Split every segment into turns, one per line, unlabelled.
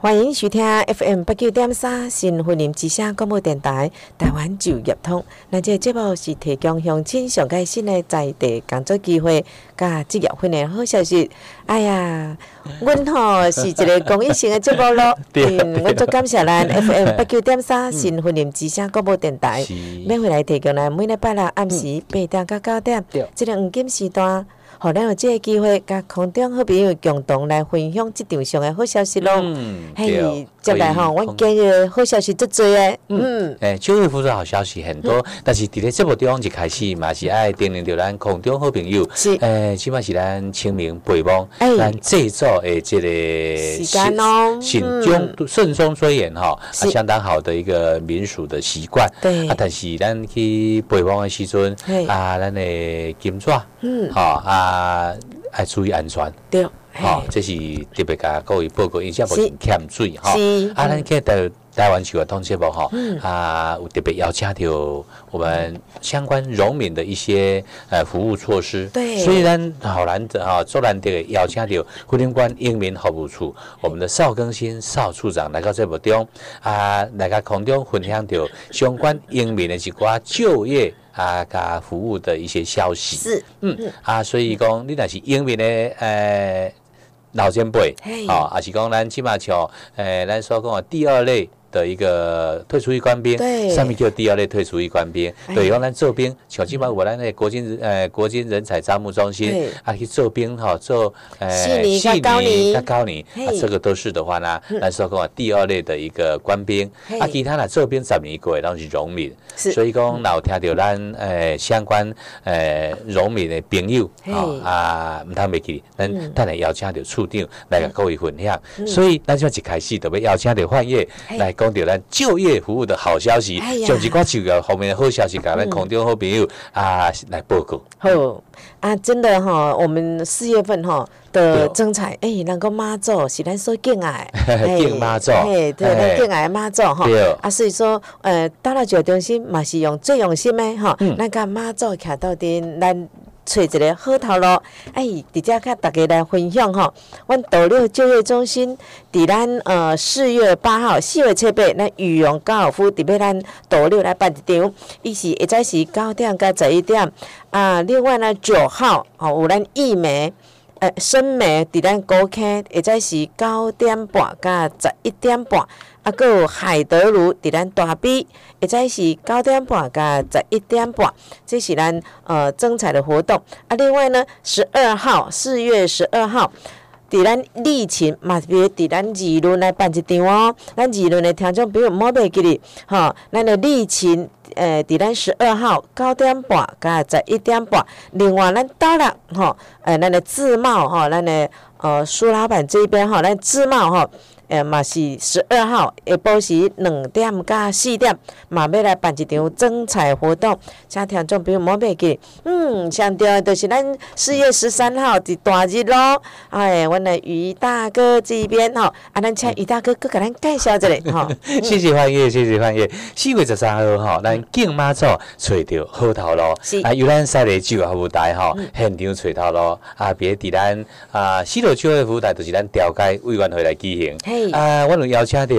欢迎收听 FM 八九点三新婚林之声广播电台台湾就业通。咱这个节目是提供乡亲上界新的在地工作机会，甲职业训练好消息。哎呀，阮吼是一个公益性的节目咯。
对啊
嗯，
对啊
阮足感谢咱 FM 八九点三新婚林之声广播电台。
是，
免费来提供咱每礼拜六暗时八点到九点
嗯对，
即个黄金时段，互咱有即个机会，甲空中好朋友共同来分享即场上的好消息咯。
嗯
嘿，接下来吼，
可以
阮今日好消息足多诶，嗯，
哎，就业辅助好消息很多，但是伫咧节目中一开始嘛是爱叮咛着咱空中好朋友，
是
哎，起码是咱清明陪伴
哎，
咱制作的这个
时间哦
慎
嗯
终慎终追远哈，啊，
是
相当好的一个民俗的习惯。
对
啊，但是咱去陪伴的时阵
嘿，
啊，咱的金纸，
嗯，
吼啊，爱注意安全。
对，
吼
嘿，，
这是特别甲各位报告，因为现在目前欠水吼
是。
啊，
嗯
咱今台台湾球的通节目吼，啊，有特别邀请到我们相关农民的一些呃服务措施。
对
所以咱呃好难得哈，做难得邀请到婚姻关英民服务处，我们的邵更新邵处长来到节目中啊，来到空中分享到相关英民的一寡就业啊、甲服务的一些消息。
是，
嗯啊，所以讲你若是英文的呃老前辈
嘿，
哦，也是讲咱即码像呃咱所讲的第二类的一个退出役官兵
对，
上面叫第二类退出役官兵，
哎
对，用咱做兵，像即码我咱的国军呃国军人才招募
对
中心啊去做兵吼，做呃
四年到九
年
年
到高年，
嘿嗯
啊这个都是的话呢，咱所讲的第二类的一个官兵
嘿，
啊其他若做兵十年过的拢是农民。
是
所以讲，若有听到咱诶相关诶农民的朋友，
嘿嗯
吼啊，毋通袂记，咱等下邀请到处长来甲各位分享。所以咱就一开始就要邀请到范业
嘿
来讲到咱就业服务的好消息
哎，呀
像一寡就业方面的好消息，甲咱空中好朋友啊来报告。
好啊，真的吼、我们四月份吼、的
对
征才，诶、咱个妈祖是咱所敬 爱的，嘿
敬妈祖
嘿，对，
嘿
咱敬爱的妈祖吼
对，
啊，所以说，呃，到了九中心嘛是用最用心的吼，
嗯
咱甲妈祖徛到阵，咱找一个好头路，哎，直接甲大家来分享吼，阮斗六就业中心，伫咱呃四月八号、四月七八，咱羽绒高尔夫伫要咱斗六来办一场，伊是会早是九点到十一点。啊，另外呢，九号哦，有咱义美，呃，深美伫咱高溪，会再是九点半到十一点半，啊，佮有海德路伫咱大美，会再是九点半到十一点半，这是咱呃征彩的活动。啊，另外呢，十二号，四月十二号。伫咱丽琴嘛，别伫咱二轮来办一场哦。咱二轮的听众朋友莫袂记哩，吼、咱的呃丽琴，诶、伫咱十二号九点半甲十一点半。另外，咱到了吼，诶、咱的自贸吼，咱的呃苏老板这边吼，咱自贸吼。诶，呃嘛是十二号下晡时两点到四点，嘛要来办一场征彩活动，请听众朋友莫袂记。嗯，上着就是咱四月十三号伫大日咯。哎，阮的于大哥这边吼，啊，咱请于大哥搁甲咱介绍一下 吼。
谢谢范爷，谢谢范爷。四月十三号吼，咱敬妈祖找到好头路
嗯是，嗯
啊，由咱西丽酒业服务台吼，现场找头路，啊，别伫咱啊西丽酒业服务台，就是咱调解委员会来举行。
嘿
啊，我有邀请到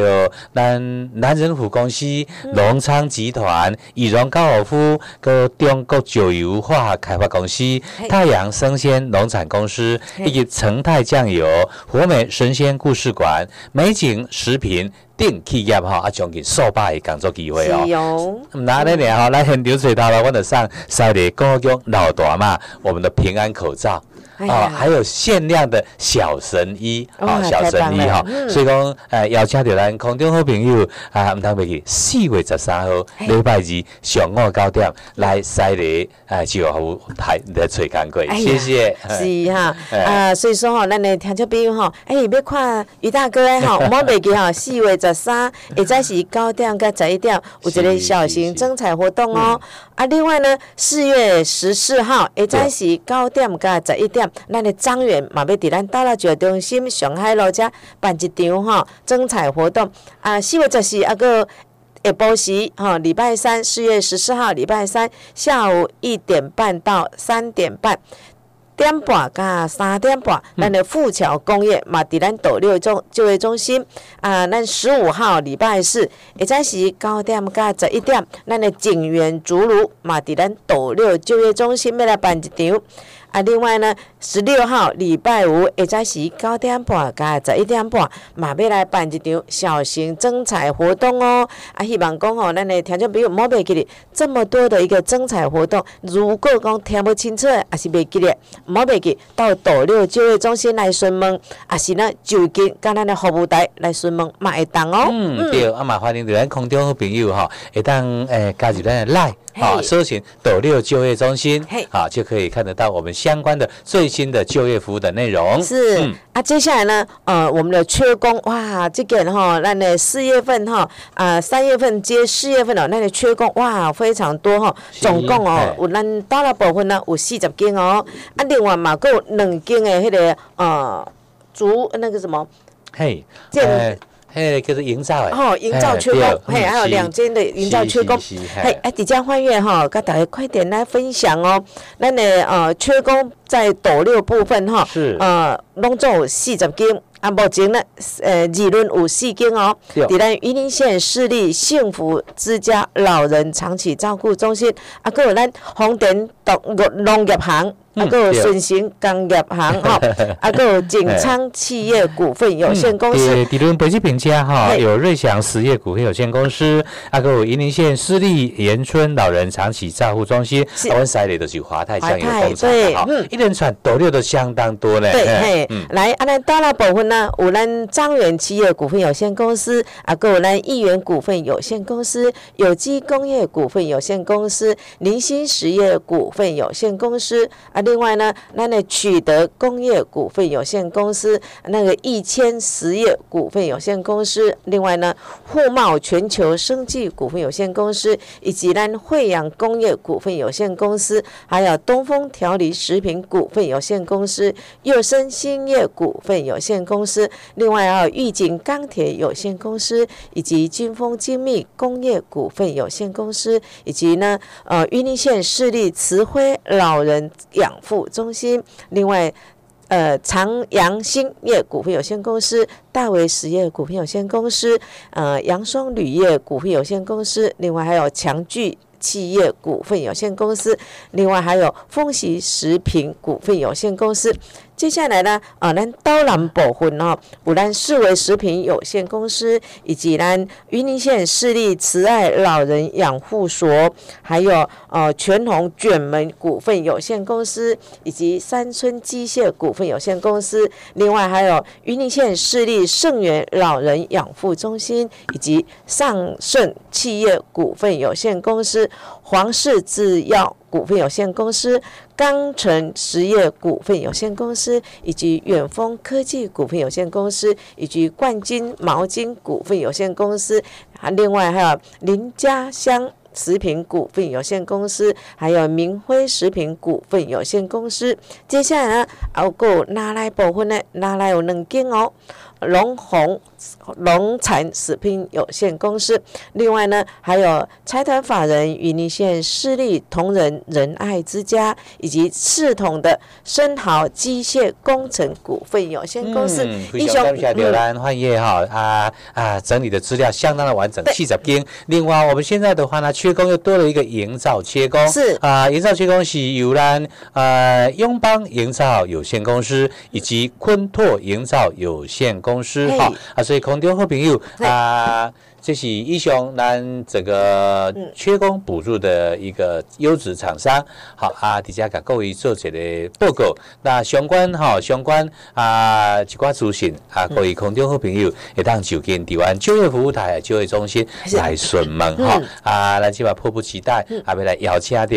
咱南仁府公司、
嗯
隆昌集团、羽绒高尔夫、个中国石油化学开发公司
嘿、
太阳生鲜农产公司
嘿
以及成泰酱油、活美神仙故事馆、美景食品等企业吼，啊，将近数百个工作机会哦
是。哦，
唔拿咧俩吼，咱现场找到了，我就上西丽高中老大嘛，我们的平安口罩。
哎
哦
呀，
还有限量的小神衣
哇
哦，小神衣
太棒
哈
了嗯，
所以讲，呃，邀请到咱空中好朋友啊，唔通袂记，四月十三号
嘿
礼拜二上午九点来西丽啊，就有台来找工贵，
哎呀
谢谢。
是哈，
哎
啊，所以说吼，咱的听众朋友吼，哎，要看于大哥的 吼，莫袂记吼，四月十三，或者是九点到十一点，有一个
是
小型
是嗯
征彩活动哦。啊，另外呢，四月十四号，或者是九点到十一点，咱的张远嘛要伫咱大乐酒中心上海路遮办一场吼征彩活动。啊，四月十四啊个。下晡时，哈，礼拜三，四月十四号，礼拜三下午一点半到三点半，点半到三点半，咱的富桥工业嘛，伫咱斗六中就业中心啊，咱十五号礼拜四，会再是九点到十一点，咱的警员逐鹿嘛，伫咱斗六就业中心要来办一场。啊，另外呢，十六号礼拜五，会再是九点半到十一点半，嘛要来办一场小型征彩活动哦。啊，希望讲吼，咱的听众朋友莫袂记哩，这么多的一个征彩活动，如果讲听不清楚的，也是袂记咧，莫袂记到斗六就业中心来询问，也是呢就近甲咱的服务台来询问，嘛会当哦。
嗯，对，啊嘛，欢迎咱空中好朋友吼，会当诶加入咱的 Line 啊，
嘿
搜寻斗六就业中心
嘿，
啊，就可以看得到我们相关的最新的就业服务的内容。
是、
嗯
啊，接下来呢，呃，我们的缺工哇，这个哈，那呢四月份哈，啊、三月份接四月份哦，那的缺工哇非常多哈，
是
总共哦
嘿，
有咱到了部分呢有四十间哦，啊，另外嘛，还有两间的迄、个呃竹那个什么
嘿，
建
呃嘿，叫做营造诶，
哦，营造缺工，
对
嘿，
嗯
还有
是
两间的营造
是
缺工，
是是
嘿
嘿，
哎，底下欢悦哈，跟大家快点来分享哦。咱的呃缺工在斗六部分哈，
是
呃，拢总有四十间。啊，目前呢，呃，理论有四间哦，
对
伫咱云林县市立幸福之家老人长期照顾中心，啊，还有咱红田农农业行，啊，
嗯
还有
对
顺行工业行 哈，啊，还有景昌企业股份有限公司，
嗯，底轮北汽平家哈，
嘿
有瑞祥实业股份有限公司，啊，还有云林县私立延春老人长期照护中心，
是
啊，我塞里都是华泰酱油
华泰
工厂
对
哈
嗯，
一连串斗六的相当多嘞，
对，
嗯
嘿，
嗯
来，啊，咱大拉部分呢，有咱张元企业股份有限公司，啊，还有咱益源股份有限公司、有机工业股份有限公司、林兴实业股份有限公司，啊，另外呢，咱的取得工业股份有限公司，那个益谦实业股份有限公司，另外呢，互贸全球生技股份有限公司，以及咱惠阳工业股份有限公司，还有东风调理食品股份有限公司、佑生兴业股份有限公司，另外还有裕景钢铁有限公司，以及金丰精密工业股份有限公司，以及呢，呃，云林县市立慈晖老人养护中心，另外。呃，长阳兴业股份有限公司、大为实业股份有限公司、呃，阳松铝业股份有限公司，另外还有强聚企业股份有限公司，另外还有丰喜食品股份有限公司。接下来呢，呃，咱刀南保分哦，有咱市维食品有限公司，以及咱云林县市立慈爱老人养护所，还有呃全红卷门股份有限公司，以及三村机械股份有限公司，另外还有云林县市立盛源老人养护中心，以及上盛企业股份有限公司、黄氏制药股份有限公司、钢城实业股份有限公司，以及远峰科技股份有限公司，以及冠军毛巾股份有限公司，啊，另外还有林家香。食品股份有限公司，还有明辉食品股份有限公司。接下来呢，还有拿来部分呢，拿来有两间哦，龙宏农产食品有限公司。另外呢，还有财团法人云林县市立同仁仁爱之家，以及赤统的深豪机械工程股份有限公司。
嗯，非常感谢刘兰焕业哈啊啊，整理的资料相当的完整，
对
七十斤。另外，我们现在的话呢，缺工又多了一个营造缺工，
是
啊，营造缺工是由咱呃永邦营造有限公司以及坤拓营造有限公司
嘿
哈啊，所以空中好朋友
嘿
啊。这是以上咱整个
嗯
缺工补助的一个优质厂商，好啊，底下给各位做一个报告。那相关哈、相关啊一寡资讯啊，
嗯
各位空中好朋友会当就近台湾就业服务台啊就业中心
是
来询问哈
嗯
啊，咱今晚迫不及待啊，要来邀请到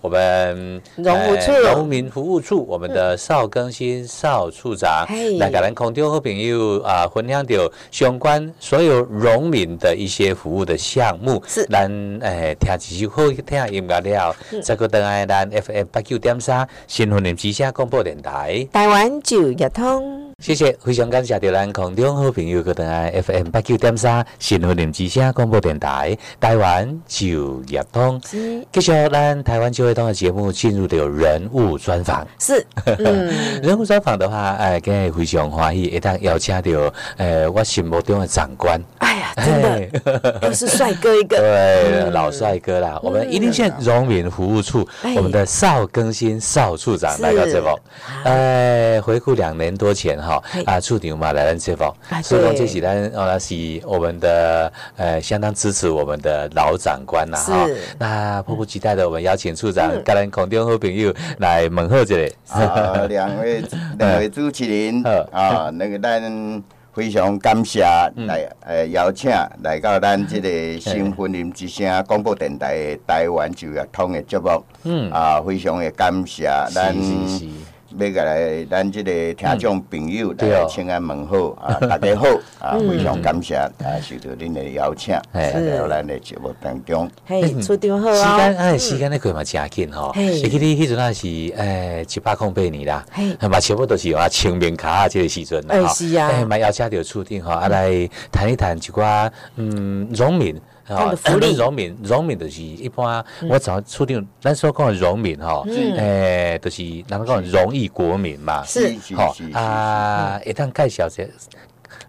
我们
农务
呃
处嗯
农民服务处我们的邵更新邵处长
嘿
来给咱空中好朋友啊分享到相关所有农民的一些服务的项目。
是
咱诶听一首好听的音乐了，再过等下咱 FM 八九点三新婚林之声广播电台。
台湾就业通。
谢谢，非常感谢到咱空中好朋友个台 FM 八九点三新婚林之声广播电台台湾就业通。
是
继续，咱台湾就业通的节目进入到人物专访。
是，嗯，
人物专访的话，哎，今日非常欢喜，会当邀请到，诶，我心目中的长官，
哎呀，真的又是帅哥一 个，
对，呃老帅哥
嗯
啦，我们一定县荣民服务处，
哎
我们的邵更新邵处长
是啊
来到这目，哎，回顾两年多前哈
嘿，
啊，处长嘛来咱这目，
啊
所以
对
说这几单哦，那是我们的呃相当支持我们的老长官呐哈
是，嗯
那迫不及待的我们邀请处长跟咱空中好朋友来问候一下，
啊，两 位两位主持人
好
啊，那个咱非常感谢来
嗯
呃邀请来到咱这个新婚林之声广播电台的台湾就业通的节目，嗯啊，非常的感谢咱
是是是。
要过来咱这个听众朋友
对哦
来请安问候啊，大家 好啊，
嗯
非常感谢啊，受到恁的邀请啊
嘿
来到咱的节目当中。
嘿，处长好
嗯时间
哦，
哎，时间咧过嘛真紧吼，
嘿
会记你迄阵啊是诶一百空八年啦
嘿，
嘛差不多是啊清明卡啊即个时阵啦
哎
吼
是啊
哎嘛邀请着厝顶吼，啊来谈一谈一寡嗯农民。
咱的福利嗯
农民，农民就是一般，我早初定，咱所讲的农民吼，诶，就是咱们讲的容易国民嘛，
是
是
吼
是是。
啊，会当介绍一下，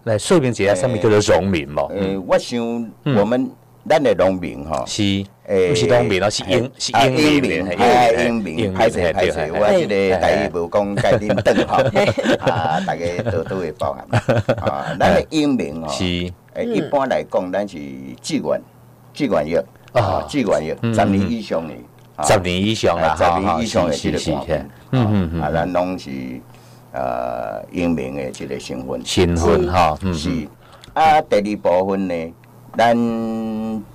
来说明一下什么叫做农民无？
呃，我想
嗯
我们咱的农民吼。
是，
诶
不是农民哦，是英是
啊
英民的，
哎，
嘿
英
英
明，歹势
嘿
歹
对
势，
嘿
我即个台语无讲概念等吼，啊，大家多多会包 涵。啊，咱的英明吼，
是
诶，一般来讲，咱是志愿，志愿役，
啊嗯
啊，志愿役，十年以上的，啊
十年以上啦，
啊十年以上的即
是
个
是是
官，
嘿
员，
嗯嗯
啊，
嗯，
咱拢是呃英明的即个身份。
新婚哈，嗯嗯
是啊，第二部分呢，咱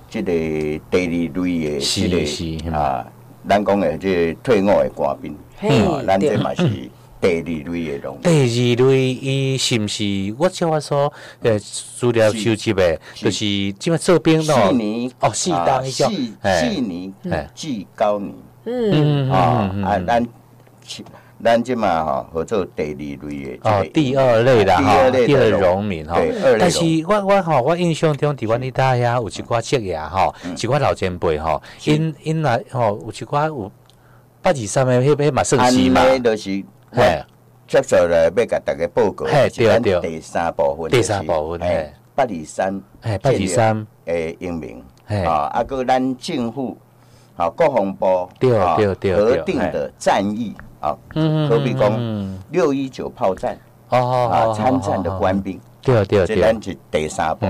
即个第二类的
是
即、个
是嗯
啊，咱讲的即个退伍的官兵，
嘿
啊，咱
对
这嘛是第二类的农民。
第二类，伊是毋是？我照我所呃资料收集的，
是
就是即摆做兵咯
四，年
哦四当
啊
那种
四
嘿
四年
嘿
至九年
嗯，
啊
嗯嗯
啊，咱咱即嘛吼，合作第二类的这个
哦，第二类啦，
啊第
哈，
二类的
第二
农
农民哈
对二。类
但是
农民
我我吼，我印象中伫阮迄搭遐有一寡职业吼，一寡老前辈吼，因因来吼有一寡有八二三的迄迄嘛算
安
是嘛，
尼就是我
嘿
接受了要甲大家报告，
嘿
是咱
对对
第三部分，
第三部分
就是
嘿，
八二三，
嘿823
诶，英明，
嘿
啊，啊，搁咱政府，啊，国防部，
对
啊
对对
核
对
定
嘿
的战役啊，
嗯
好比
嗯
讲六一九炮战
哦哦
啊，
哦
参战的
哦哦
官兵，
对对嗯
这
对
咱，是第三部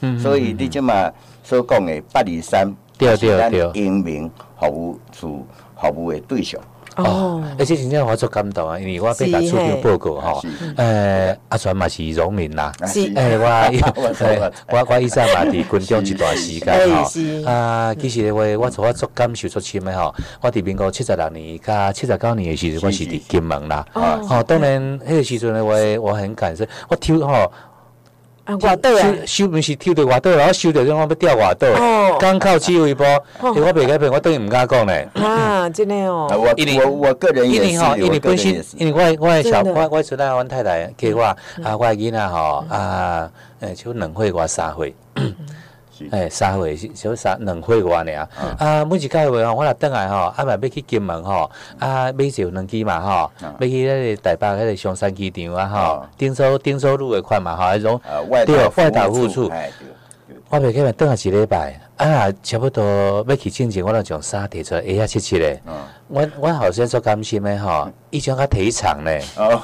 分，所以你即嘛所讲的八二三，
对
是咱
对对
英明服务处服务的对象，
哦，
而哎且真正我足感动啊，因为我要
是
甲出
嘿
张报告吼
是，
诶，阿全嘛是农民啦。
啊
是
诶， 我
我知
我我我以前嘛伫军中一段时间
是是
吼，啊，其实话我从我足感受足深的吼，我伫民国七十六年甲七十九年的时阵，我是
是
伫金门啦。
哦
哦，当然迄个时阵的话，我很感谢，我抽吼，
啊，我倒啊，
收毋是抽到外岛，然后收到种我要掉外岛
哦，
港口指挥部，
哦
诶欸我袂改变，我等于毋敢讲咧。
啊，真的
啊
哦，
我
因为
我我个人
因
也
为
是，
吼，因
我
为
个
本
人也
身
是，。
因为我我的小
真的嗯
我我阵啊，阮太太给我啊，我的囡仔吼啊，诶，像两岁外三岁
是。嗯
诶，三岁是小三两岁外尔，啊，每一届话吼，我若倒来吼，啊嘛要去金门吼，啊买有两支嘛吼，
嗯
要去迄个台北迄个松山机场啊吼
哦，
丁州丁州路的款嘛吼，迄种
呃外
对啊
岛
外岛
服务
互助
哎，对对
我袂记咪等下一礼拜，啊，差不多要去进前，我就将衫摕出来，会晓切切啊咧。
嗯
我我后生做甘心的吼，伊将较提长咧，
哦，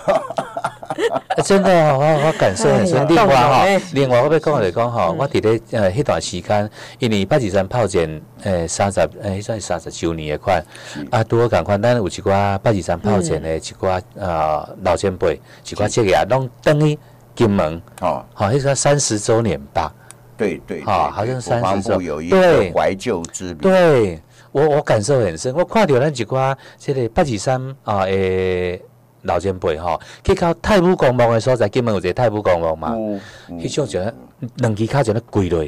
啊真的哦，我我感受很
哎呀嗯
深。另外
动容
吼
欸，
另外我要讲的就讲吼，我伫咧呃迄段时间，因为八二三炮战诶三十诶算是三十周年的款，啊拄好共款，咱有一寡八二三炮战的
嗯
一寡呃老前辈，一寡职业拢等于金门，
哦，
吼迄个三十周年吧。
对对，
啊
对
好像
国
30
防
时候
部有一
对
个怀旧之旅，啊
对我我感受很深，我看到咱一寡即个八二三啊诶老前辈吼，去到太武公墓的所在，金门有一个啊
嗯
太武公墓嘛，
有有
迄种就两支脚就咧跪落，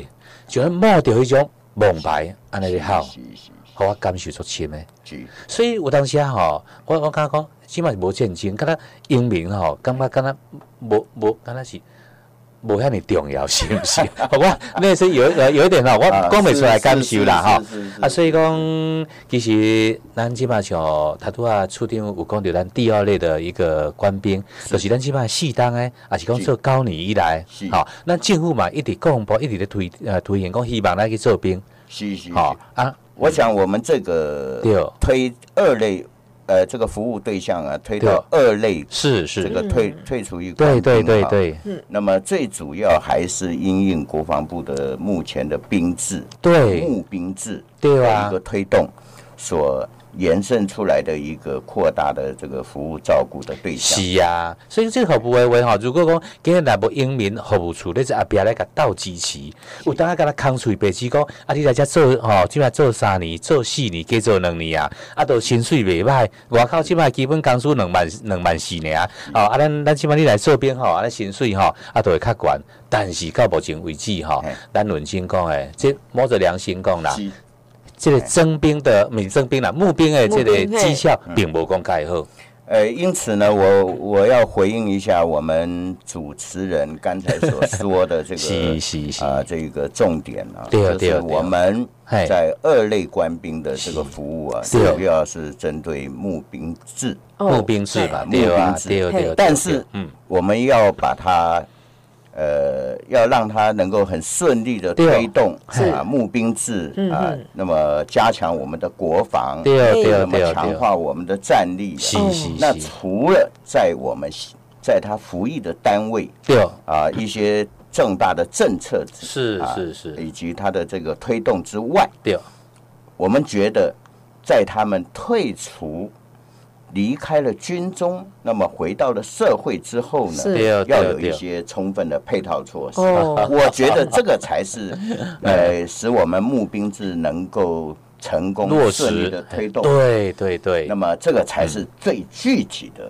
就咧摸着迄种蒙牌安尼就好，
是是
互我感受足深诶。
是
所以有当时啊吼，我我感觉讲，即嘛是无战争，敢若英明吼，感觉敢若无无敢若是无遐尼重要，是毋 是？我那是有有有一点吼，我
啊
讲袂出来
是
感受啦
是
吼
是是是。
啊，所以讲，其实咱即嘛像他拄啊处长有讲到咱第二类的一个官兵，就是咱即嘛适当诶，也是讲
是
做高年以来
是，
吼，咱政府嘛一直公布，一直咧推呃推行，讲希望咱去做兵，
是是，
吼啊，
我想我们这个
对哦
推二类，呃，这个服务对象啊，推
对
到
哦
二类，
是
这
是，
个退退出于
对
官
对
兵
对
哈。
对
那么最主要还是因应国防部的目前的兵制、
对。
募兵制
对
的一
啊
个，推动，所延伸出来的一个扩大的这个服务照顾的对象。
是啊，所以这个服务的话吼，如果讲今日若无英明服务处，你在后壁来甲斗支持，有当啊甲咱空喙白痴讲，啊你来遮做吼，即摆做三年，做四年，加做两年啊，啊都薪水袂歹，外口即摆基本工资两万两万四尔，哦啊咱咱即摆你来做兵吼，啊咱薪水吼，啊都会较悬，但是到目前为止吼
嘿，
咱论真讲诶，即摸着良心讲啦，
是
即个征兵的，毋是征兵啦，募兵的即
募
个
兵嘿
绩效并无讲介好。
呃，因此呢，我我要回应一下我们主持人刚才所说的这个
是是是
啊、这个重点啊，
对哦
就
对
是
哦对哦
我们
嘿
在二类官兵的这个服务啊，
是是哦
主要是针对募兵制，
哦
募兵制嘛，哦
嘿
对
募
啊
兵，制
对对
嘿
对。
但是
嗯，
我们要把它呃，要让它能够很顺利的
对哦
推动
是
啊募兵制
嗯
啊
嗯，
那么加强我们的国防，
对
嘿
对对哦
那么
对
强
对，
化我们的战力啊，
是
哦
是
那
是，
除了在我们在他服役的单位
对，
啊、一些重大的政策之
是
啊
是是，
以及他的这个推动之外，
对，
我们觉得在他们退出、离开了军中，那么回到了社会之后呢，
是
对
要有一
对对，
些充分的配套措施。
哦，
我觉得这个才 是
哎
呃，使我们募兵制能够成功
落
顺利
实
的推动。
对对对
那，么这个才是最具体的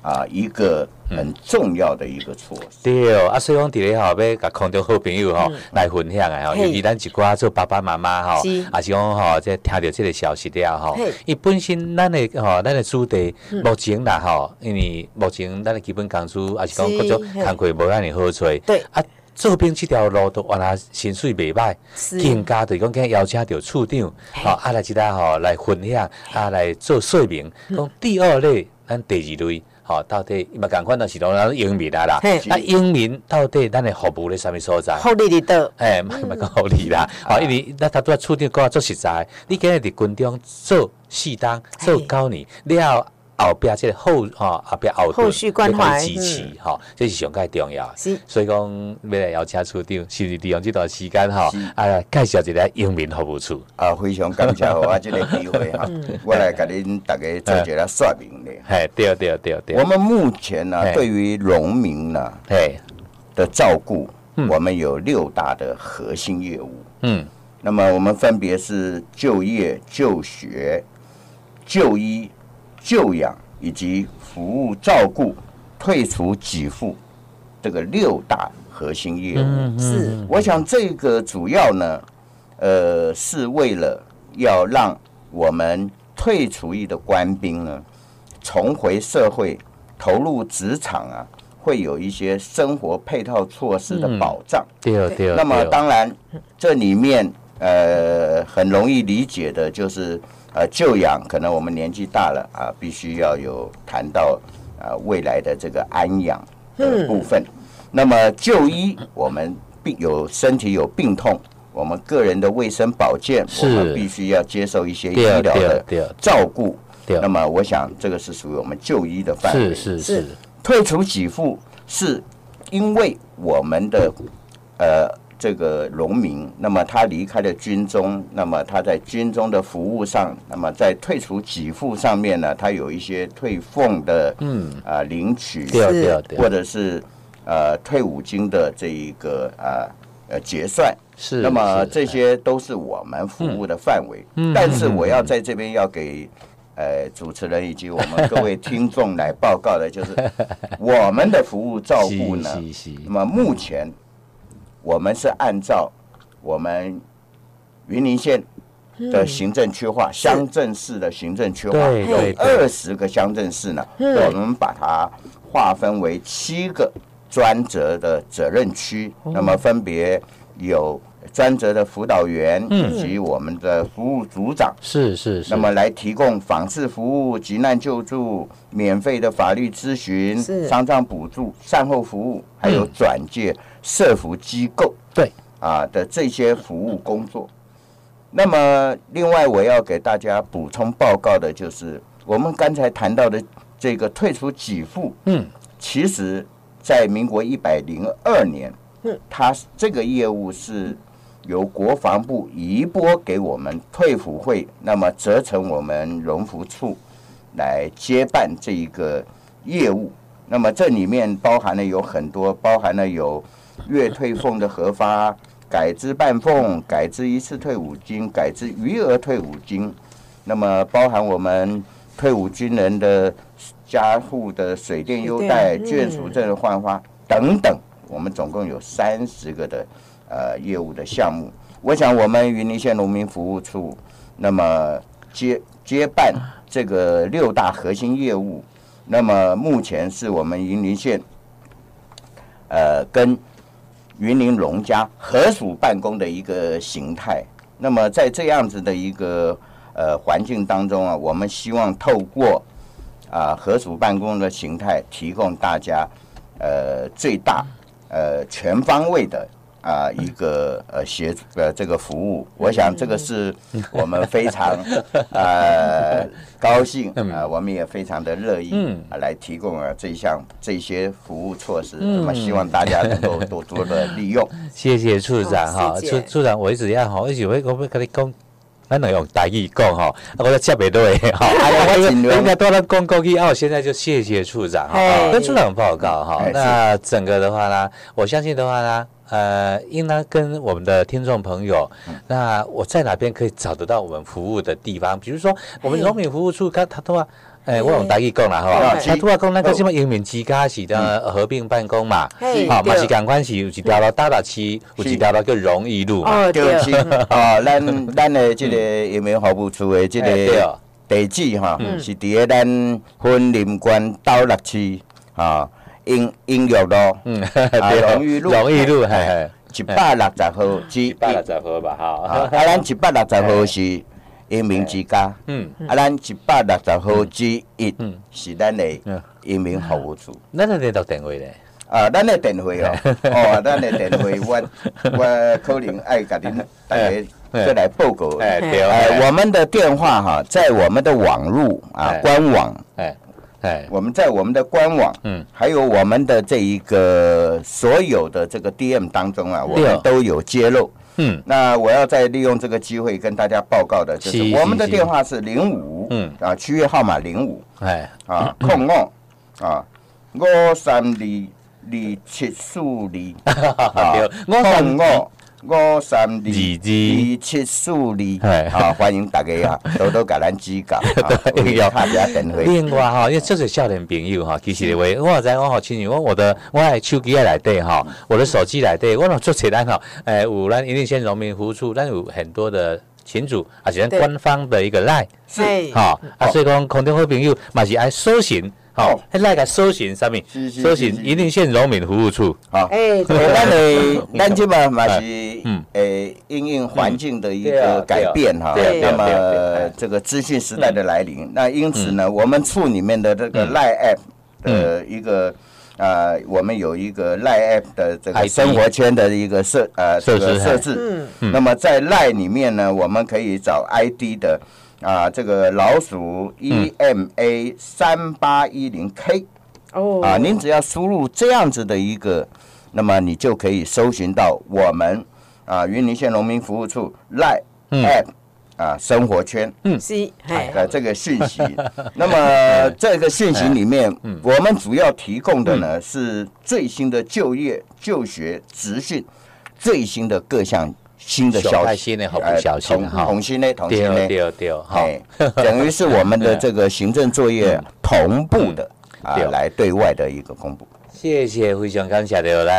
啊一个
嗯
很重要的一个措施。
对啊，所以讲伫咧吼，要甲空中好朋友吼来分享诶吼，
嘿
尤其咱一寡做爸爸妈妈吼，
是
也是讲吼，即听到即个消息了吼
嘿，
伊本身咱诶吼，咱诶主题目前啦吼，因为目前咱诶基本工资也是讲
是
各种
嘿
工课无遐尼好做，
对
啊，做兵即条路都原来薪水袂歹。
是
更加就是讲，今日邀请到处长，吼，啊来即搭吼来分享，啊来做说明，讲第二类，咱第二类，吼，到底嘛共款，但是拢咱英明啊啦
嘿，
啊英明到底咱的服务咧啥物所在？
福利伫倒，
哎，莫莫讲合理啦，啊，因为咱他拄啊处长讲做实在，你今日伫军中做四当做九年了。后壁即个后吼，后壁后盾
后续关
要甲
怀
你支持吼，这是上个重要的。
是
所以讲，要来邀请处长，是不是利用这段时间吼，啊，介绍一下英明服务处。
啊，非常感谢 我这个机会哈，我来给您大家做一个说明咧。
嘿，对对对对
我，们目前呢、
哎
对于农民呢、
嘿，
的照顾，我们有六大的核心业务。
嗯，
那么我们分别是就业、就学、就医、就养以及服务照顾、退除给付这个六大核心业务。
嗯
是
我想这个主要呢，呃，是为了要让我们退出役的官兵呢，重回社会，投入职场啊，会有一些生活配套措施的保障。
对对对。
那么当然，这里面呃很容易理解的就是呃就养，可能我们年纪大了啊，必须要有谈到啊未来的这个安养的部分。那么就医，我们病有身体有病痛，我们个人的卫生保健，我
是
们必须要接受一些医
对啊
疗
对
的
对
照顾。
对，啊
那么我想这个是属于我们就医的范围。
是是
是
是，
退出给付是因为我们的呃这个农民，那么他离开了军中，那么他在军中的服务上，那么在退出给付上面呢，他有一些退俸的嗯啊、领取，
对
是
对啊
或
对，
者是呃退伍金的这一个啊呃结算。
是。
那么
是嗯
这些都是我们服务的范围，但是我要在这边要给呃主持人以及我们各位听众来报告 的，就是我们的服务照顾呢，
是是是
那么目前我们是按照我们云林县的行政区划，乡镇市的行政区划
对
有
对对
二十个乡镇市呢，我们把它划分为七个专责的责任区，
哦
那么分别有专责的辅导员以及我们的服务组长。
是嗯是是，
那么来提供访视服务、急难救助、免费的法律咨询
是、
丧葬补助、善后服务，还
嗯
有转介社服机构
对，
啊的这些服务工作。那么，另外我要给大家补充报告的就是，我们刚才谈到的这个退出给付，
嗯，
其实在民国一百零二年，
嗯，
它这个业务是由国防部移拨给我们退辅会，那么责成我们荣福处来接办这一个业务。那么这里面包含了有很多，包含了有月退俸的核发、改支半俸、改支一次退伍金、改支余额退伍金，那么包含我们退伍军人的家户的水电优待、
水电嗯
眷属证的换发等等，我们总共有三十个的呃业务的项目。我想我们云林县农民服务处，那么接接办这个六大核心业务，那么目前是我们云林县，呃，跟云林农家合署办公的一个形态。那么在这样子的一个呃环境当中啊，我们希望透过啊、合署办公的形态，提供大家呃最大呃全方位的。啊、一个呃协助呃这个服务，我想这个是我们非常呃高兴啊、呃我们也非常的乐意、啊来提供啊这项这些服务措施，那么希望大家能够多多的利用。
谢谢处长
好
哈，
哦谢
处
谢
处长我一直要吼，一直会我要跟你讲。咱能用台语讲吼，啊，我都接袂落去 吼。
哎
啊
我尽量
人家多咱讲国语啊，我现在就谢谢处长哈
哎。
跟处长报告哈
哎，
那整个的话呢，我相信的话呢，呃，应当跟我们的听众朋友，
嗯
那我在哪边可以找得到我们服务的地方？比如说我们
嘿
农民服务处，他他都话，哎，我用台语讲啦吼，
对
他都话讲那个什么英文之家是的合并办公嘛，
嘿
好嘛
对
是赶快是有一条路大大区，有一条路叫荣义路嘛，
哦，
就
对，
是哦，咱咱的这个移民服务处的这
嗯哎对
个
哦嗯
地址哈，是伫咧咱分林关斗六区啊，音音乐路，
嗯，
啊
对，
荣誉路，
荣誉路，嘿嘿，
一百六十号
哎一
至
百六十号吧，
啊，
哈，
啊，咱一百六十号是英明之家，
嗯，
啊，咱一百六十号之一是咱的
嗯
英明服务处。
咱那你到定位咧，
啊，咱的电话哦，
哎
哦，咱的电话，我我可能爱甲恁大家再来报告。
哎，对，
呃，
哎，
我们的电话哈，在我们的网路啊
哎，
官网，
哎，哎，
我们在我们的官网，
嗯，
还有我们的这一个呃所有的这个 DM 当中啊，我
对
们
哦
都有揭露。
嗯，
那我要再利用这个机会跟大家报告的，就是
是
我们的
是
电话是零五，
嗯
啊，区域号码零五
哎，
啊，空五啊，五三二二七 四二，啊
对，我
空
上
五五三二
二
二七四
哎
二，啊，欢迎大家啊，多多给咱指教，啊，
对
为大家等会。
另外吼，因为这是少年朋友吼，其实话，我也知我吼，亲像我我的我的手机内底吼，我的手机内底，我若做起咱吼，诶，有咱一定县农民服务处，咱有很多的群组，而且咱
对
官方的一个 line。
嘿，
吼、啊，所以讲空中好朋友嘛是爱搜寻，吼、
嗯哦
迄来个搜寻啥物
是？是
搜
是是
寻一定县农民服务处，
好，
哎，对
诶 咱的咱即嘛嘛是
嗯
诶，因应环境的一
对啊
个
对
改
啊
变哈
对
啊对。啊
那
对啊对啊
么
哎嗯
这个资讯时代的来临，那因此呢，我们处里面的这个赖 app
嗯
的一个。呃，我们有一个赖 app 的这个
ID
生活圈的一个设呃
设
这个
置
设置，
嗯
那么在赖里面呢，我们可以找 ID 的啊、这个老鼠
嗯
EMA 三八一零 K，
哦，
啊，您只要输入这样子的一个，那么你就可以搜寻到我们啊云林县农民服务处赖
嗯
app、啊生活圈
是，嘿，
的这个讯 息。那么这个讯息里面，
嗯
我们主要提供的呢是最新的就业、就学、职训，最新的各项新的
小
消
开
息，
心的好不
哎
小心
同
哈
同心呢，同心
对
呢，
对对，吼、
哎，等于是我们的这个行政作业同步的啊
嗯对
来对外的一个公布。
谢谢，非常感谢着咱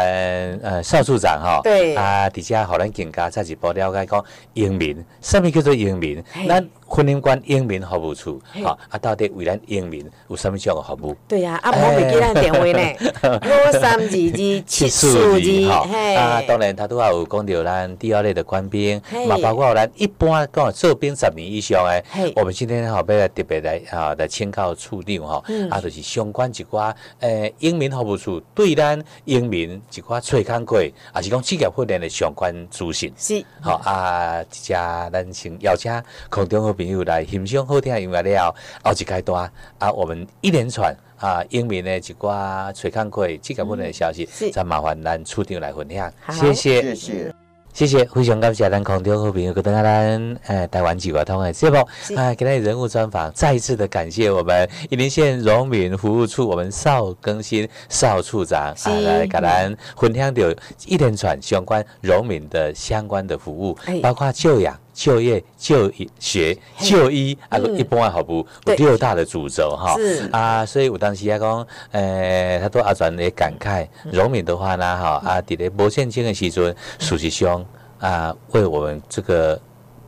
呃邵处长吼，
对
啊，伫遮互咱更加再一步了解讲英民，什物叫做英民
嘿？
咱婚姻观英民服务处
嘿，
吼啊，到底为咱英民有什物种的服务？
对呀，啊，莫袂记咱电话 呢，五三二二七四二，嘿，
啊，当然他拄也有讲到咱第二类的官兵
嘿，
嘛，包括咱一般讲做兵十年以上的
嘿，
我们今天吼要来特别来啊来请教处长吼，
嗯
啊，就是相关一寡诶英民服务处对咱英民一寡找工过，啊是讲职业训练的相关资讯。
是，
好啊！即只咱先邀请空中好朋友来欣赏好听的音乐了后，后一阶段啊，我们一连串啊，英文的一寡垂看过即个部分的消息
嗯是，
再麻烦咱处长来分享。
好
谢谢
谢，谢。
谢谢，非常感谢咱空中好朋友，跟咱咱呃台湾几个通的节目
是
啊，今天的人物专访，再一次的感谢我们伊林县荣民服务处我们邵更新邵处长
是
啊，来给咱分享到一连串相关荣民的相关的服务
哎，
包括就养。就业、就学、
嘿
就医，啊，
嗯
一般的服务
对
有六大的主轴哈。
是
啊，所以有当时啊讲，诶、他都阿全咧感慨，荣敏的话呢，哈啊，伫咧无现金的时阵，事实上啊，为我们这个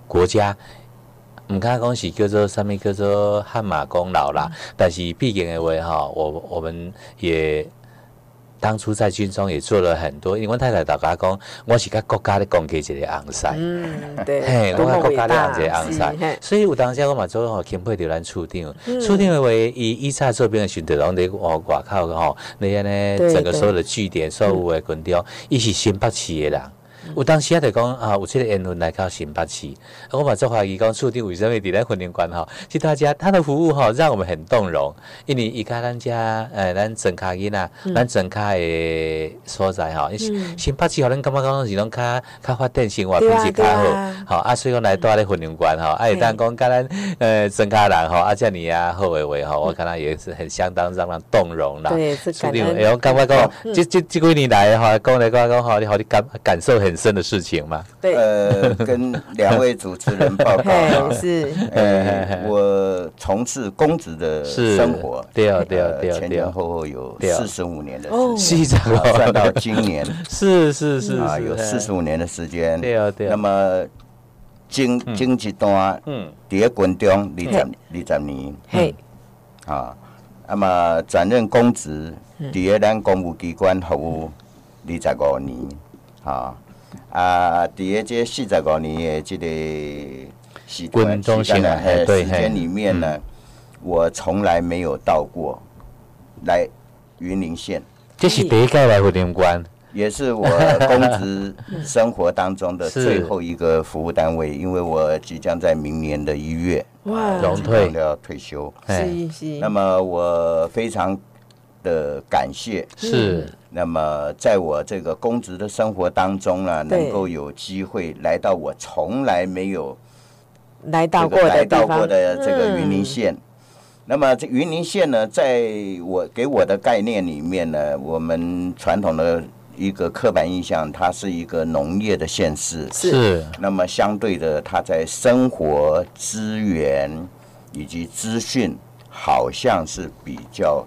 国家。毋敢讲是叫做啥物叫做汗马功劳啦，但是毕竟的话哈，我我们也当初在军中也做了很多，因为我太太大家讲，我是甲国家咧讲起一个红赛，
嗯，对，
嘿，
多
我
么
甲国
伟
家咧
大，
红一个红
是
赛
嘿，嗯
所以有当时我嘛做吼钦佩着咱处长，处长的话，伊以前做兵的时阵，拢伫外外口吼，你安尼
对
整
对
个
嗯
所有的据点、所有的群众，伊是新北市的人。有当时啊，就讲啊，有这个言论来到新北市，啊我嘛做怀疑讲，处长为什么伫咱婚姻观吼，即大家他的服务吼，让我们很动容，因为伊甲咱遮呃，咱整卡囡仔，
嗯
咱整卡的所在吼，因为新北市吼，咱感觉讲是拢较较发展生活品
对啊
质较
对
好
啊，
吼啊，所以讲来带咧婚姻观吼，啊，会当讲甲咱呃整卡人吼，啊，遮尔啊好诶话吼，我感觉也是很相当让人动容啦。
对，是
处
感
长，会用
恩，嗯
感觉讲，即即即几年来吼，讲来讲讲吼，你互你感感受很深的事情嘛？
对，
呃，跟两位主持人报告啊
嘿，，是，
嗯
呃，我从事公职的
哎是
生活，
对啊对啊
呃
对啊
前
对啊
前后后有
对啊
四十五年的
哦
时
是长
间，啊算到
哦，
今 年
是是是
啊，
是
有
嘿
四十五年的时间。
对啊对啊
那么经经一段，
嗯，
伫咧军中二十二十年
嘿，
啊，那么转任公职，伫咧咱公务机关服务二十五年啊啊，伫咧这四十五年的这个时段
军中
时间
生
呢
涯
嘿
啊对
时间
嘿
里面呢，我从来没有到过来云林县。
这是第一届来婚姻观，
也是我公职生活当中 的
是
最后一个服务单位，因为我即将在明年的一月
哇，
荣
即
退
将要退休。
嘿，
是是，
那么我非常的感谢，
是
嗯
那么在我这个公职的生活当中呢，
对
能够有机会来到我从来没有
来到
这
过
个
的
来
地
到
方
过，的这个云林
嗯
县。那么这云林县呢，在我给我的概念里面呢，我们传统的一个刻板印象，它是一个农业的县市。
是
那么相对的，它在生活资源以及资讯，好像是比较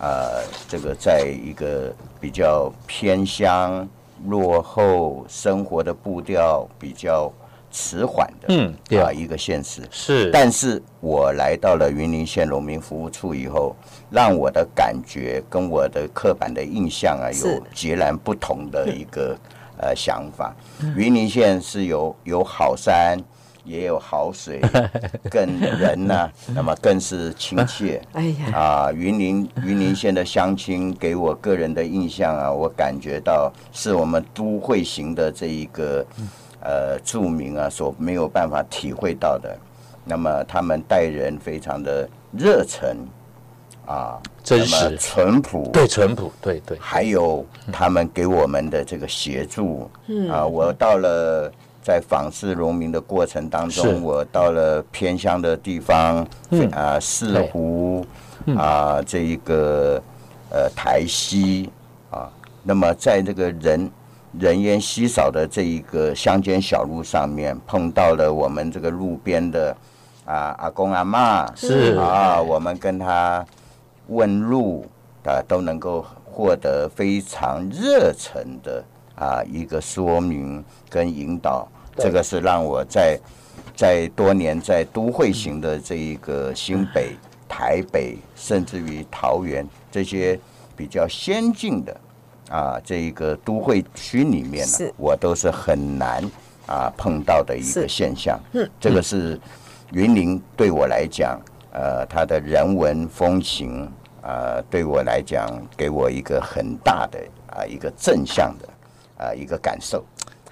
呃，这个在一个比较偏乡、落后，生活的步调比较迟缓的，
嗯对
啊、一个现实。
是，
但是我来到了云林县农民服务处以后，让我的感觉跟我的刻板的印象啊，
是
有截然不同的一个呃想法。云林县是有有好山，也有好水，跟人呢、那么更是亲切。
哎呀，
啊，云林云林县的乡亲给我个人的印象啊，我感觉到是我们都会型的这一个
嗯
呃著名啊所没有办法体会到的。那么他们待人非常的热忱啊，
真
那么
实
淳朴，
对淳朴，对对，
还有他们给我们的这个协助，嗯啊，我到了在访视农民的过程当
是
中，我到了偏乡的地方，嗯啊，四湖
嗯
啊，这一个呃台西啊，那么在这个人人烟稀少的这一个乡间小路上面，碰到了我们这个路边的啊阿公阿嬷
是
啊，我们跟他问路啊，都能够获得非常热忱的啊一个说明跟引导，这个是让我在在多年在都会型的这一个新北、台北，甚至于桃园这些比较先进的啊这一个都会区里面啊呢
是，
我都是很难啊碰到的一
是
个现象。这个是云林对我来讲，呃，它的人文风情，呃，对我来讲给我一个很大的啊、一个正向的啊、一个感受。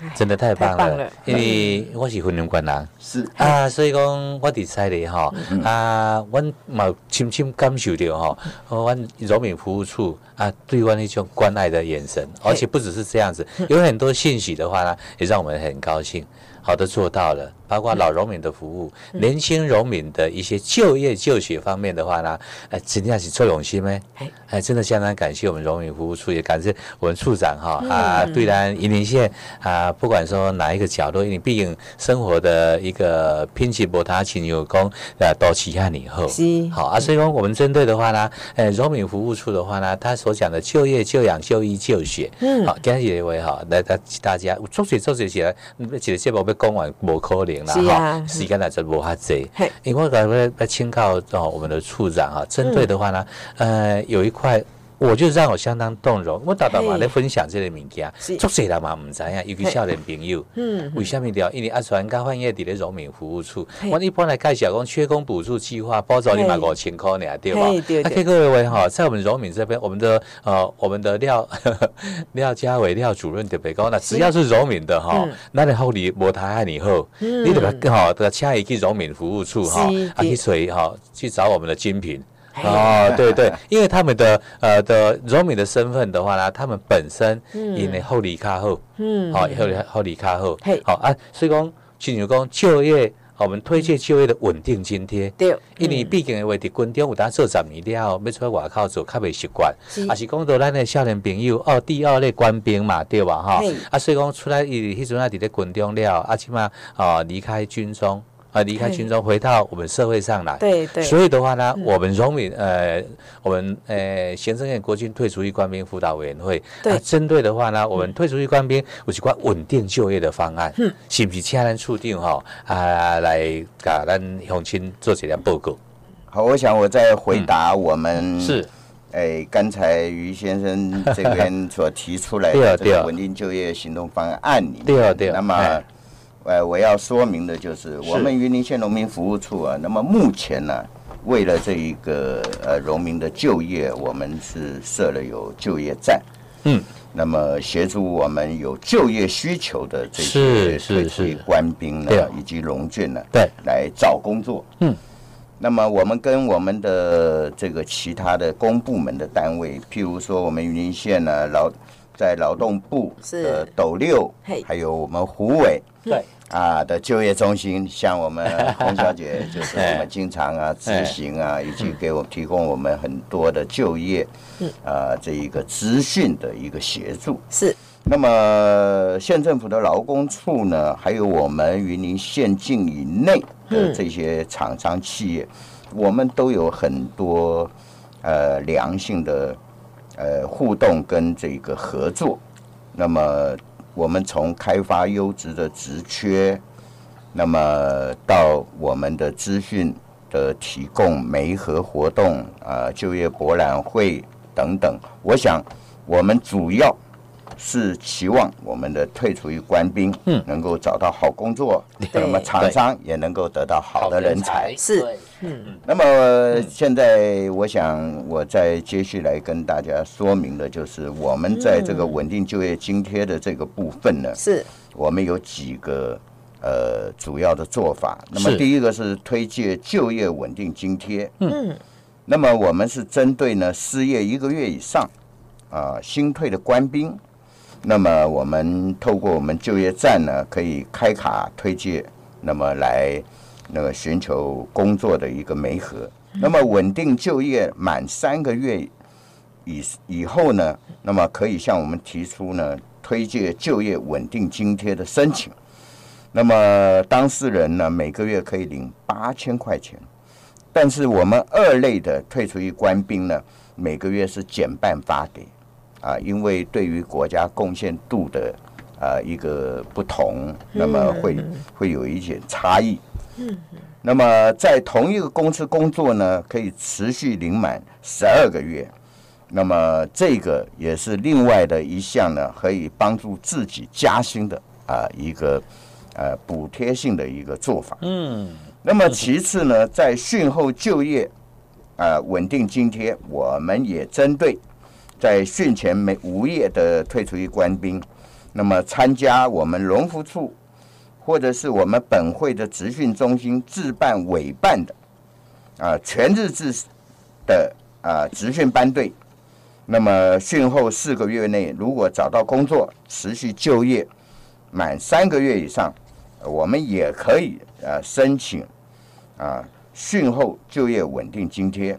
真的太棒了，
太棒了
因为我是婚姻观人。
是
啊，所以讲我伫西丽吼，啊，阮嘛有深深感受到吼，哦阮荣民服务处啊，对阮一种关爱的眼神，而且不只是这样子，
嗯
有很多信息的话呢，也让我们很高兴。好的，做到了，包括
嗯
老农民的服务，年轻农民的一些就业就学方面的话呢，呃，真的是做用心的，哎，真的相当感谢我们荣民服务处，也感谢我们处长
嗯
哈啊，对咱云林县啊，不管说哪一个角落，因为毕竟生活的一个拼起博他请有功，呃，都旗下你后
是
好啊，所以说我们针对的话呢，呃，荣民服务处的话呢，他所讲的就业、就养、就医、就学，嗯，好，感谢各位哈，来大大家有做些做些起来，嗯一个节目要讲完无可能啦
是啊
哈，时间也真无遐济
嘿，
因为我感觉要请教哦我们的处长哈，针对的话呢，呃，有一块。我就让我相当动容，我大大嘛
嘿
咧分享这个物件
是，
足侪人嘛毋知影，尤其
嘿
少年朋友，
嗯，
为什么了？因为阿传甲范业伫咧荣民服务处，
嘿
我一般来介绍讲缺工补助计划，包装你嘛
嘿
五千块尔，对吧
嘿？对
啊
对
结果各位哈，在我们荣民这边，我们的呃，我们的廖 廖家伟廖主任特别讲，那只要是荣民的哈
嗯，
那你后你无他害你后，你得把哈，得请伊去荣民服务处哈
是，
啊
对
去谁哈去找我们的精品。
哎
哦，对对，因为他们的呃的荣民的身份的话呢，他们本身因为后里卡后，
嗯，
好、后里后里卡后
嘿，
好、啊，所以讲，亲像讲就业，哦我们推荐就业的稳定津贴。
嗯对，嗯
因为毕竟的话，伫军中有当做十年了后，要出去外口做，较袂习惯。
是
啊，是讲到咱的少年朋友，哦，第二类官兵嘛，对吧？哈
嘿，
啊，所以讲出来，伊迄阵啊，伫咧军中了，啊，起码哦，离开军中，啊，离开军中，回到我们社会上来。
对对，嗯
所以的话呢，我们荣民呃，我们呃行政院国军退出役官兵辅导委员会，
对嗯
啊针对的话呢，我们退出役官兵有一款稳定就业的方案，嗯，是不是请咱处长吼啊来甲咱乡亲做一点报告？
好，我想我再回答我们、
嗯
嗯
是，
哎，刚才于先生这 边所提出来
对啊
的这
对啊
个稳定就业行动方案里面，
对啊对啊
那么
哎，
呃，我要说明的就是，我们云林县农民服务处啊，那么目前呢、为了这一个呃农民的就业，我们是设了有就业站，
嗯，
那么协助我们有就业需求的这
是
些
是
退出
是
官兵呢
对啊，
以及农眷呢，
对，
来找工作。
嗯，
那么我们跟我们的这个其他的公部门的单位，譬如说我们云林县呢劳在劳动部
是
的斗六
嘿，
还有我们湖尾
对，
啊的就业中心，像我们洪 小姐，就是我们经常啊
哎
执行啊，以及给我们提供我们很多的就业，
嗯
啊这一个资讯的一个协助。
是
那么县政府的劳工处呢，还有我们云林县境以内的这些厂商企业，我们都有很多呃良性的呃互动跟这个合作。那么我们从开发优质的职缺，那么到我们的资讯的提供、媒合活动啊、呃就业博览会等等，我想我们主要是期望我们的退出于官兵，嗯，能够找到好工作，那么厂商也能够得到好的人才。
是，
那么现在，我想我再接续来跟大家说明的，就是我们在这个稳定就业津贴的这个部分呢，
是
我们有几个呃主要的做法。那
是
么第一个是推介就业稳定津贴，嗯，那么我们是针对呢失业一个月以上啊、新退的官兵，那么我们透过我们就业站呢可以开卡推介，那么来那个寻求工作的一个媒合。那么稳定就业满三个月以以后呢，那么可以向我们提出呢推介就业稳定津贴的申请。那么当事人呢每个月可以领八千块钱，但是我们二类的退出役官兵呢每个月是减半发给。啊，因为对于国家贡献度的啊一个不同，那么会会有一些差异。那么在同一个公司工作呢，可以持续领满十二个月。那么这个也是另外的一项呢，可以帮助自己加薪的啊、一个呃补贴性的一个做法。嗯。那么其次呢，在训后就业啊、稳定津贴，我们也针对在训前没无业的退出役官兵，那么参加我们农服处或者是我们本会的职训中心自办委办的啊、全日制的啊、职训班队。那么训后四个月内，如果找到工作，持续就业满三个月以上，呃我们也可以呃申请啊、训后就业稳定津贴。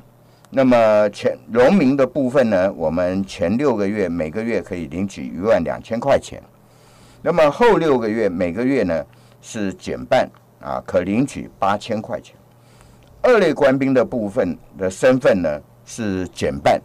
那么前农民的部分呢，我们前六个月每个月可以领取一万两千块钱，那么后六个月每个月呢是减半啊，可领取八千块钱。二类官兵的部分的身份呢是减半，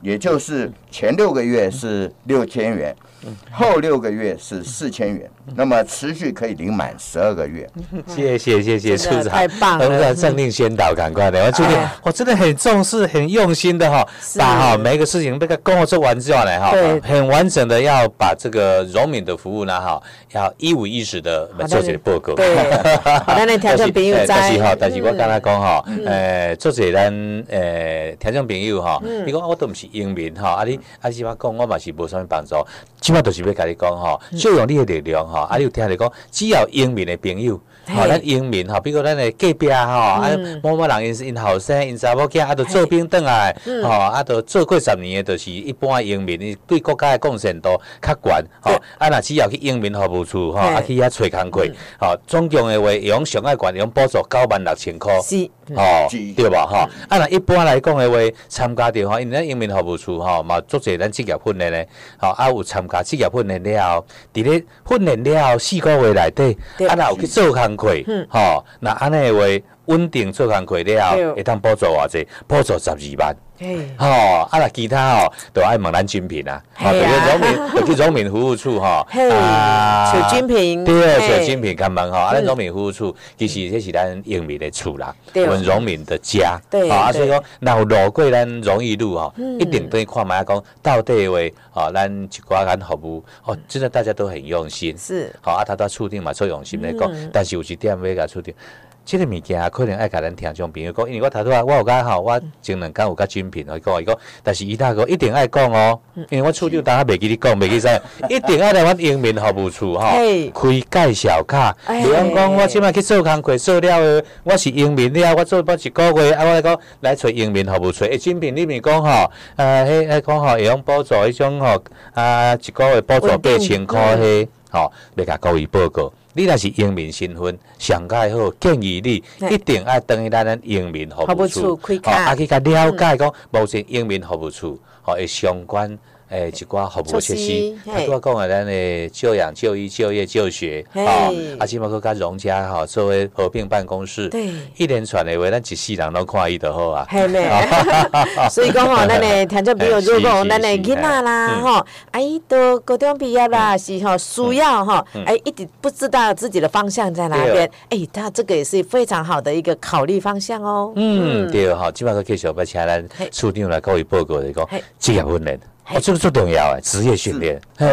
也就是前六个月是六千元，
嗯
后六个月是四千元，那么持续可以领满十二个月。
嗯谢谢谢谢处
嗯真的
长，
太棒了嗯
我们的政令宣导，赶快的，我最近
哎
我真的很重视、很用心的哈，
是
把哈每一个事情这个工作做完之后呢哈
对，
很完整的要把这个荣民的服务呢哈，要一五一十的做起来报告。
对，好，咱来听众朋友知。嗯
但是吼，但是我刚才讲吼，诶，做者咱诶听众朋友吼，
嗯
你讲我都毋是英明吼，啊你啊即摆讲我嘛是无啥物帮助，即摆就是要甲你讲吼，
嗯
借用你的力量吼，啊你有听着讲，只要英明的朋友，吼
嘿嗯
咱英明吼，比如咱的隔壁吼，啊某某人因是因后生因查某囝啊，都做兵倒来，
嗯
吼啊都做过十年的，就是一般的英明，伊对国家的贡献度较悬，吼
对
啊若只要去英明服务处吼，啊
嘿嗯
去遐找工课，吼总共的话，会用上爱管用补助九万六千块。
是，嗯
哦
是，
对吧？吼，啊，若一般来讲的话，参加着吼，因为咱英明服务处吼，嘛做者咱职业训练咧，吼，啊有参加职业训练了后，伫咧训练了后四个月内底，
对嗯
啊，若有去做工课，吼，那安尼的话，稳定做工课了
对
后，会当补助偌济，补助十二万。
嘿，
吼、啊若其他吼、都爱问咱军品啊，吼、
嘿
就去
啊
荣民， 就去荣民服务处吼、啊
嘿找军品
对，
嘿嗯
找军品看门吼，啊，咱荣民服务处其实这是咱英民的厝啦，
对
我们荣民的家，
对
吼啊，
对嗯
所以讲，若有路过咱荣义路吼、一定等于看卖啊讲到底的话，吼、咱一寡咱服务，
嗯
哦，真的大家都很用心，
是，
吼、啊，他到厝顶嘛做用心来讲，
嗯
但是有一点要甲厝顶，即、个物件啊可能爱甲咱听众朋友讲，因为我头拄啊，我有甲吼，
嗯
我前两天有甲精品来讲，伊讲，但是伊大哥一定爱讲哦，
嗯
因为我厝顶当下袂记你讲，袂 记啥，一定爱来阮英明服务处吼、
嘿
开介绍卡，
哎
比方讲我即摆去做工课做了后，我是英明了，我做不一个月，啊，我来讲来找英明服务处，诶，精品你咪讲吼，呃，迄迄讲吼会用补助迄种吼，啊，一个月补助
稳
八
定嗯
千箍迄。吼、要甲各位报告。你若是英民身份，上介好建议你
嘿
一定爱登去咱咱英民服
服
务
务
处
处，开
吼
卡嗯
啊去甲了解讲，目前英民服务处吼会相关诶一寡服务设
措
施
施，
啊，
嘿
拄仔讲诶，咱诶就养、就医、就业、就学，吼
嘿
啊，即码佮甲荣家吼作为合并办公室，
对
一连串诶话，咱一世人拢看伊就好啊。
嘿咩？ 所以讲 吼，咱的听众朋友，
哎是
如果讲
是
咱的
是
囡仔啦
嗯
吼，啊伊都高中毕业啦，是吼需要吼，哎一直不知道自己的方向在哪
嗯对
边，哎，他这个也是非常好的一个考虑方向哦。
嗯，对吼，即摆佫继续要请咱
嘿
处长来甲伊报告，就是讲
嘿
职业训练，哦，这个最重要诶，职业训练，嘿。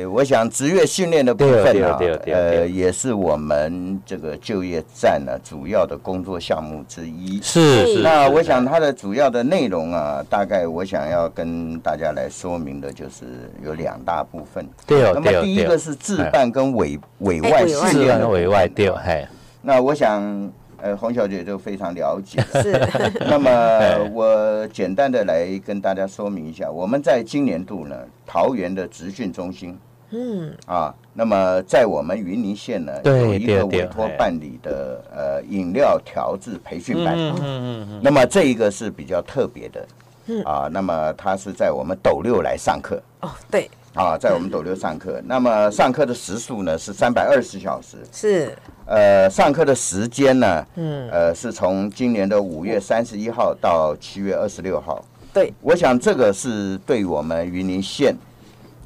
呃，我想职业训练的部分啊
对哦对哦，对哦对哦
呃，也是我们这个就业站呢、主要的工作项目之一。
是是，
那
是
我想它的主要的内容啊，大概我想要跟大家来说明的就是有两大部分。
对哦
那
对哦
么第一
对哦
个是自办跟委委外
哎委外
训
自
练
愿跟
的部分
委外对，哦嘿，
那我想，呃，洪小姐就非常了 解。
是，
那
哎
么我简单的来跟大家说明一下，我们在今年度呢，桃园的职训中心，嗯，啊，那么在我们云林县呢，
对
有一
对
个
对
委托
哎
办理的呃饮料调制培训班，
嗯嗯嗯，
那么这一个是比较特别的，啊，那么它是在我们斗六来上课，
哦对，
啊，在我们斗六上课，那么上课的时数呢是三百二十小时，
是，
呃，上课的时间呢，嗯，呃，是从今年的五月三十一号到七月二十六号。
对，
我想这个是对我们云林县，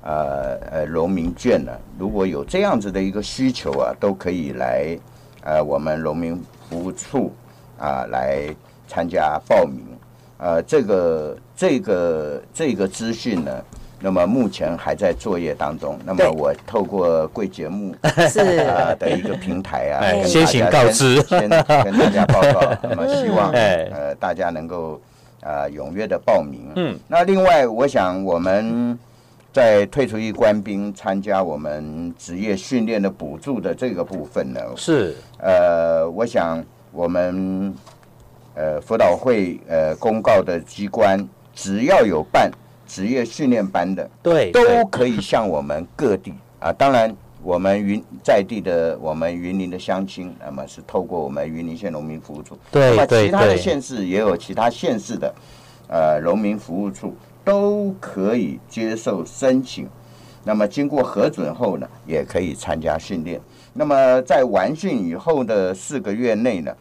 呃呃农民券呢、如果有这样子的一个需求啊，都可以来呃我们农民服务处啊、来参加报名。呃，这个这个这个资讯呢，那么目前还在作业当中。那么
对
我透过贵节目
是
啊的一个平台啊，
哎
跟
先
大
行
家
告
先
知
先跟大家报 告。那么希望
哎
呃大家能够呃踊跃的报名。嗯，那另外我想我们在退出役官兵参加我们职业训练的补助的这个部分呢，
是
呃，我想我们呃辅导会呃公告的机关，只要有办职业训练班的，
对，对
都可以向我们各地啊，当然我们云在地的我们云林的乡亲，那么是透过我们云林县农民服务处，
对
那么
对
其他的
对
县市也有其他县市的呃农民服务处都可以接受申请。那么经过核准后呢，也可以参加训练。那么在完训以后的四个月内呢，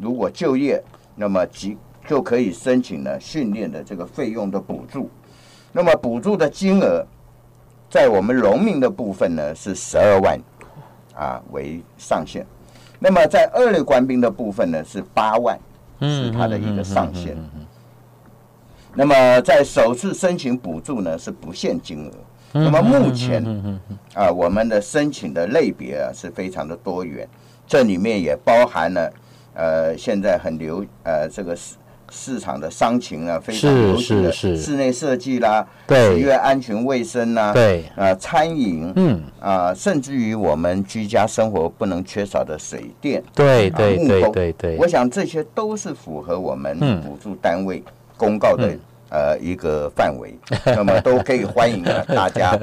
如果就业，那么即就可以申请呢训练的这个费用的补助。那么补助的金额，在我们农民的部分呢是十二万啊为上限，那么在二类官兵的部分呢是八万，是它的一个上
嗯
限。那么在首次申请补助呢是不限金额。
嗯
那么目前啊，我们的申请的类别啊是非常的多元，这里面也包含了呃现在很流呃这个市市场的商情啊非常
是
流行的
是是
室内设计啦，
对
职业安全卫生啦，
对
啊餐饮，
嗯
啊，甚至于我们居家生活不能缺少的水电、
对
啊
对
木
对
工
对对
我，想这些都是符合我们
嗯
补助单位公告的、呃一个范围，那么都可以欢迎啊大 家。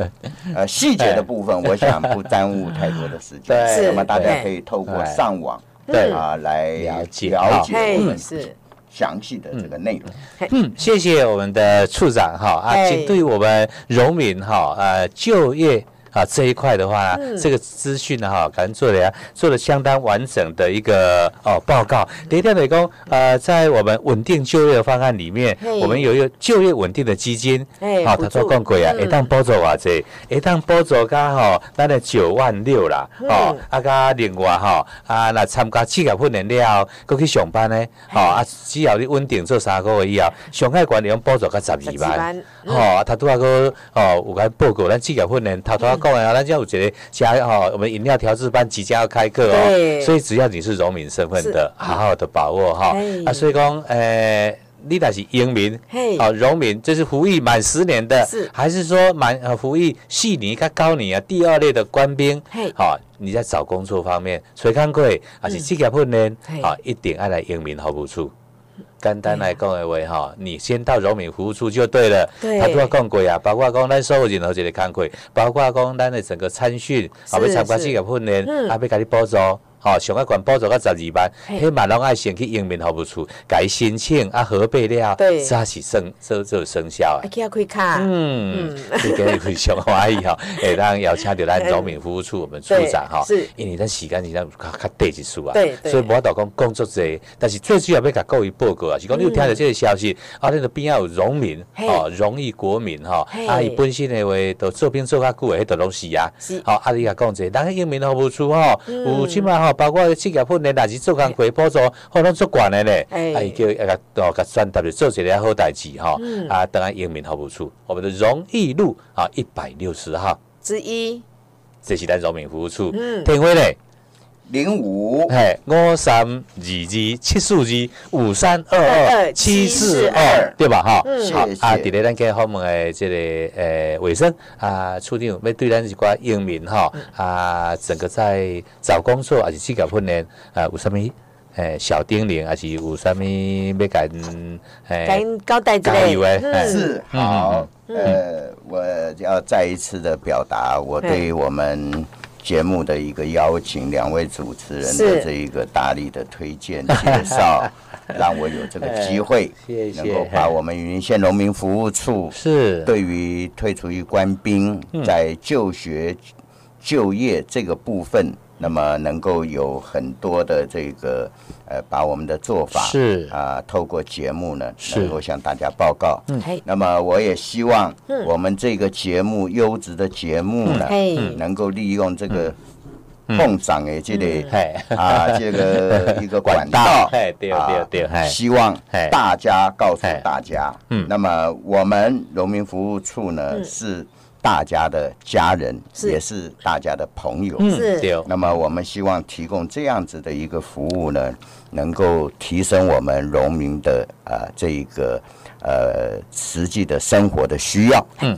呃，细节的部分我想不耽误太多的时间，
对
那么大
对
家可以透过
对
上网
对
啊来
了解
了解
嘿
我们
是，
详细的这个内容。
嗯，谢谢我们的处长哈啊，
哎
其实对于我们农民哈呃就业。啊，这一块的话，
嗯
这个资讯呢，哈，感觉做的做的相当完整的一个哦报告。
嗯
第一点来讲，呃，在我们稳定就业的方案里面
嘿，
我们有一个就业稳定的基金，
嘿
好，
补
他都
助
讲过啊，
嗯
会当补助偌济，会当补助到吼，咱的九万六啦，吼
嗯，
啊加另外吼，啊若参加职业训练了后，搁去上班呢，吼啊，只要你稳定做三个月以后，上海管理用补助到十二
十二
万
万，嗯
吼，啊他拄啊个吼有甲报告，咱职业训练头头仔讲的啊，咱这有一个加吼，我们饮料调制班即将要开课哦
对，
所以只要你是农民身份的，好好的把握哈
哎，
啊，所以讲诶。你那是英民，
嘿
哦，荣民这是服役满十年的，
是
还是说满呃服役系你较高你啊第二类的官兵，
嘿嗯
好、你在找工作方面，谁看过还是职业训练
嘿，
好、一定爱来英民服务处。简单来讲的话，哈、你先到荣民服务处就对了。
对
他都要讲过呀，包括讲咱所有任何一个工课，包括讲咱的整个参训，啊，要
是
参加
是
职业训练，
嗯
啊，要给你补助。吼，上海管补助到十二万，
嘿
迄嘛拢爱先去英民服务处，甲伊申请啊核备了，
对
才是生这这有生
啊
效诶。
去遐开卡，
嗯，这个非常 欢喜吼，会哎当邀请到咱
嗯
农民服务处我们处
对
长吼
是，
因为咱时间是咱较较短一丝啊
对，对
所以无法度讲工作侪，但是最主要要甲各位报告啊，是讲你有听到这个消息，啊，恁就边仔有农民
嗯嘿
吼，荣誉国民吼
嘿，
啊，伊本身的话，都做兵做较久的，迄都拢是啊
是，嗯
吼，啊，你甲讲者，咱迄英民服务处吼，有即嘛吼，包括职业训练，若是做工课补助，吼，拢足悬的咧，
哎
啊，伊叫啊甲哦甲转达做一个好代志吼，啊，当然英民服务处，我们的荣誉路啊一百六十号，
之一，
这是咱荣民服务处，
嗯
电话咧。
零五
嘿，五三二二七四二五三二二
22
七四
742，
二对吧？哈、
嗯
好
谢谢
啊，伫咧咱今访问的这个呃卫生啊，处长要对咱一寡英民哈啊，整个在找工作还是职业训练啊，有啥物诶小叮咛，还是有啥物要甲因呃
甲
诶
因交代一下，
加油啊诶，
嗯
嘿
是好，呃，我要再一次的表达我对我们节目的一个邀请，两位主持人
是
的这一个大力的 推荐介绍，让我有这个机会
谢，谢
能够把我们云林县农民服务处
是，嗯
对于退出于官兵在就学就业这个部分，那么能够有很多的这个呃，把我们的做法
是
啊、透过节目呢，
是嗯
能够向大家报告。
嗯嘿，
那么我也希望我们这个节目优质的节目呢，
嗯嘿
能够利用这个
嗯
碰上的这个、
嘿，
嗯
啊这个一个管道
道，嘿对
啊
对对嘿
希望
嘿
大家告诉
嘿
大家，
嗯
那么我们农民服务处呢是大家的家人，
嗯是
也是大家的朋友，
嗯
是
对，
那么我们希望提供这样子的一个服务呢，能够提升我们农民的呃这一个呃实际的生活的需要。
嗯。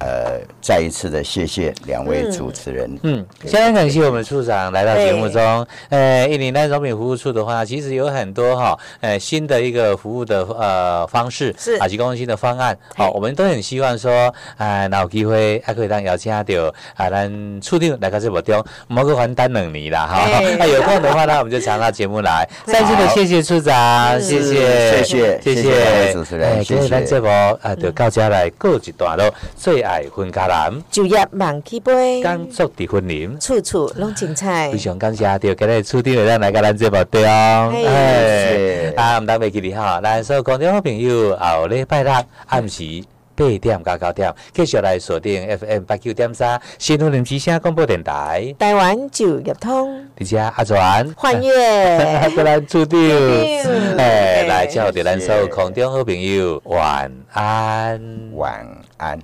呃，再一次的谢谢两位主持人。
嗯，相当感谢我们处长来到节目中。呃，印尼丹荣品服务处的话，其实有很多哈，呃，新的一个服务的呃方式，
是
啊，提供新的方案。好、
嘿
我们都很希望说，啊、若有机会还可以当邀请到啊，咱处长来到这部中，唔好去还单两年啦哈。 啊
嘿
那有空的话呢，我们就常到节目来。再次的谢谢处长，谢谢，
是谢谢
谢
谢谢两位主持人
哎今日
谢谢
咱这部啊，就到这来告一段落。最爱婚家人，
就业万起飞，
工作的婚姻。
处处拢精彩
非。常感谢着今日厝顶的咱来甲咱节目中，
嘿
哎
是，
啊，毋通袂记哩吼，咱所有观众好朋友后礼拜六暗时。八点到九点，继续来锁定 FM 八九点三新竹林之声广播电台。
台湾就业通，
而且阿全，
幻 月，
再来注定，
定
哎，
嘿
来叫着咱所有
谢谢
空中好朋友晚安。
晚安。